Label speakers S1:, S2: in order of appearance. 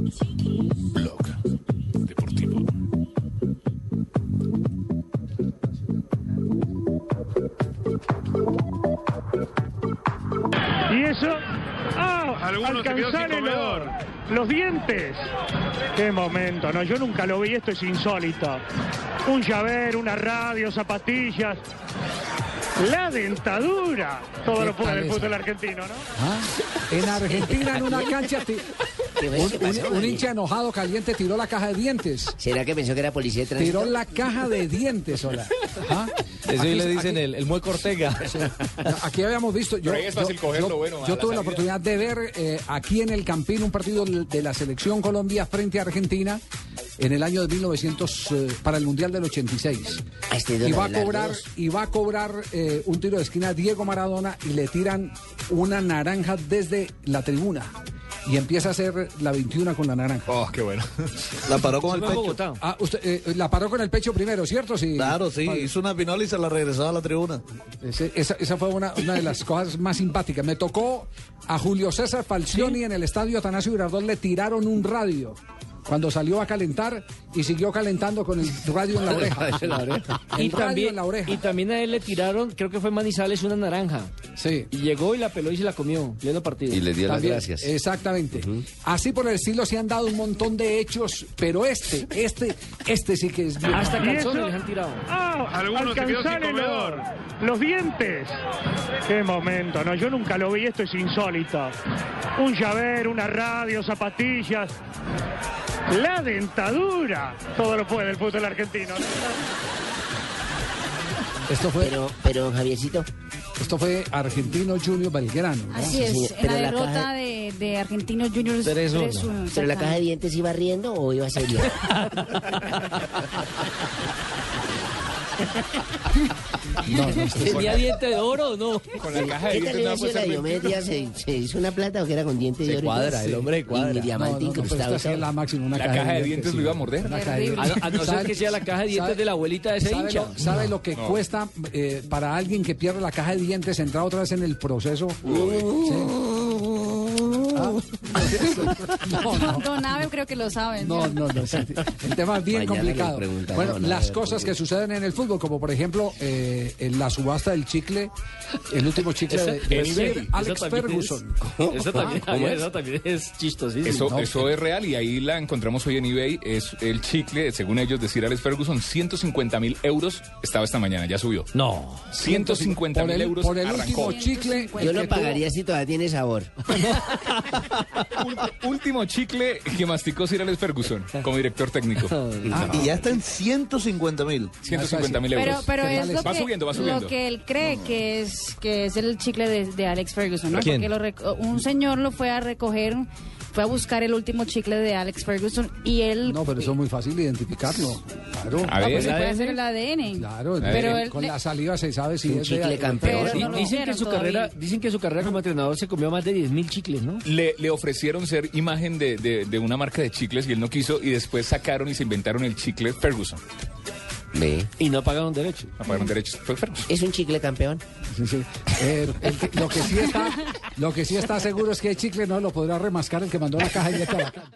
S1: Blog deportivo.
S2: Y eso. ¡Ah!
S3: Alguno se quedó sin
S2: Alcanzar el
S3: comedor.
S2: olor. Los dientes. Qué momento, ¿no? Yo nunca lo vi, esto es insólito. Un llaver, una radio, zapatillas. La dentadura. Todo
S4: ¿Qué
S2: lo puede
S4: tal
S2: el
S4: esa?
S2: fútbol argentino, ¿no?
S4: ¿Ah? En Argentina, en una cancha, ti- un, un- un hincha enojado, caliente, tiró la caja de dientes.
S5: ¿Será que pensó que era policía de tránsito?
S4: Tiró la caja de dientes, hola. ¿Ah?
S6: Eso
S4: Aquí-
S6: le dicen
S4: aquí-
S6: el, el muy Cortega.
S4: Aquí habíamos visto. Yo,
S7: Pero ahí es fácil
S4: yo-
S7: cogerlo,
S4: yo-
S7: bueno, a
S4: yo
S7: la
S4: tuve la
S7: salida.
S4: oportunidad de ver eh, aquí en el Campín un partido de la selección Colombia frente a Argentina en el año de 1900 eh, para el Mundial del 86.
S5: Ah, este
S4: Y va a
S5: Donald
S4: cobrar,
S5: Lardos.
S4: y va a cobrar eh, un tiro de esquina a Diego Maradona y le tiran una naranja desde la tribuna. Y empieza a hacer la 21 con la naranja.
S7: Oh, qué bueno.
S6: La paró con el pecho.
S4: Ah, usted eh, la paró con el pecho primero, ¿cierto? Sí. Padre.
S6: una pinola y se la regresaba a la tribuna.
S4: Ese- esa, esa fue una, una de las cosas más simpáticas. Me tocó a Julio César Falcioni en el estadio Atanasio Girardot, le tiraron un radio cuando salió a calentar y siguió calentando con el radio en la oreja. El
S8: Y
S4: radio
S8: también,
S4: en la oreja.
S8: y también a él le tiraron, creo que fue Manizales, una naranja.
S4: Sí.
S8: Y llegó y la peló y se la comió, pleno partido.
S5: Y le dio
S4: También,
S5: las gracias.
S4: Exactamente. Así por el estilo se han dado un montón de hechos, pero este, este, este sí que es bien.
S8: Hasta
S2: Y
S8: calzones
S2: eso-
S8: les han tirado.
S2: ¡Ah!
S3: Alguno se quedó sin
S2: Alcanzar el
S3: comedor.
S2: olor. Los dientes. Qué momento, ¿no? Yo nunca lo vi, esto es insólito. Un llaver, una radio, zapatillas. La dentadura. Todo lo puede el fútbol argentino, ¿no?
S4: Esto fue,
S5: Pero, pero Javiercito,
S4: esto fue Argentino Junior Belgrano. ¿no?
S9: Así
S5: Sí,
S9: es,
S5: señor.
S9: en la
S5: Pero la
S9: derrota
S5: caja-
S9: de, de Argentinos Juniors
S6: 3-1.
S9: 3-1,
S5: ¿pero la caja de dientes iba riendo o iba serio?
S4: No, este no, esto es-
S8: ¿Tenía diente de oro o no?
S7: Con la caja de
S5: ¿Qué tal
S7: dientes
S5: Este le
S7: nada
S4: pues,
S5: hizo la
S7: puede ser mentira.
S5: diomedia? ¿Se, se hizo una plata o que era con dientes
S6: Se
S5: de oro? y todo?
S6: cuadra, el
S5: Sí.
S6: hombre cuadra.
S5: Y mi
S4: No, no,
S5: diamante
S4: no, pero
S5: incrustado.
S4: esta sí es la máxima, una
S7: La caja de dientes
S4: sí.
S7: lo iba a morder.
S4: Una caja de
S9: Terrible.
S8: A,
S4: dientes.
S8: a no ser
S4: ¿Sabe-
S8: que sea la caja de dientes
S4: sabe-
S8: de la abuelita de ese
S4: ¿Sabe
S8: hincha.
S4: lo, sabe lo que cuesta eh, para alguien que pierde la caja de dientes entrar otra vez en el proceso? Sí. Ah, no, no.
S9: Don Abe creo que lo saben.
S4: No,
S9: ¿cierto?
S4: no, no. sí, sí. El tema es bien
S5: Mañana
S4: complicado.
S5: le preguntamos
S4: Bueno,
S5: nada
S4: las
S5: de
S4: cosas que
S5: fútbol.
S4: suceden en el fútbol, como por ejemplo eh, en la subasta del chicle, el último chicle de, de
S8: Sí,
S4: Sir
S8: eso
S4: Alex
S8: también es-
S4: Ferguson. Ah,
S8: Eso también, eso también es chistosísimo.
S7: Eso,
S4: No.
S7: eso es real y ahí la encontramos hoy en eBay. Es el chicle, según ellos, decir Alex Ferguson, 150 mil euros estaba esta mañana, ya subió.
S8: No.
S7: 150
S4: Por
S7: mil
S4: el-
S7: euros
S4: por el
S7: arrancó.
S4: último chicle. el
S5: Yo
S4: que
S5: lo
S4: tuvo-
S5: pagaría si todavía tiene sabor.
S7: Ul- último chicle que masticó Sir Alex Ferguson como director técnico.
S6: Ah, Y ya está en 150 mil.
S7: 150 mil
S9: Pero,
S7: euros.
S9: pero
S4: ¿Qué
S9: es
S4: tal
S9: lo
S4: es?
S9: que,
S7: Va subiendo, va subiendo.
S9: lo que él cree que es que es el chicle de, de Alex Ferguson, ¿no?
S6: ¿Quién?
S9: Porque lo reco- un señor lo fue a recoger, fue a buscar el último chicle de Alex Ferguson y él
S4: No, pero eso es muy fácil identificarlo. Claro.
S7: A
S9: Ah, pues se
S7: ver,
S9: puede hacer el ADN.
S4: Claro,
S9: Pero él-
S4: con la saliva se sabe si
S5: Un
S4: es
S5: chicle
S4: de-
S5: campeón.
S9: Pero
S8: Di-
S9: no
S8: dicen,
S9: lo
S8: que
S9: hicieron
S8: su carrera,
S9: todavía.
S8: dicen que su carrera como entrenador se comió más de 10.000 chicles, ¿no?
S7: le, le ofrecieron ser imagen de, de- de una marca de chicles y él no quiso y después sacaron y se inventaron el chicle Ferguson.
S5: Ve.
S8: Y no pagaron derecho.
S7: No pagaron derechos, fue Ferguson.
S5: Es un chicle campeón.
S4: Sí, sí. Eh, el que- lo, que sí está, lo que sí está seguro es que el chicle no lo podrá remascar el que mandó la caja directa a la caja.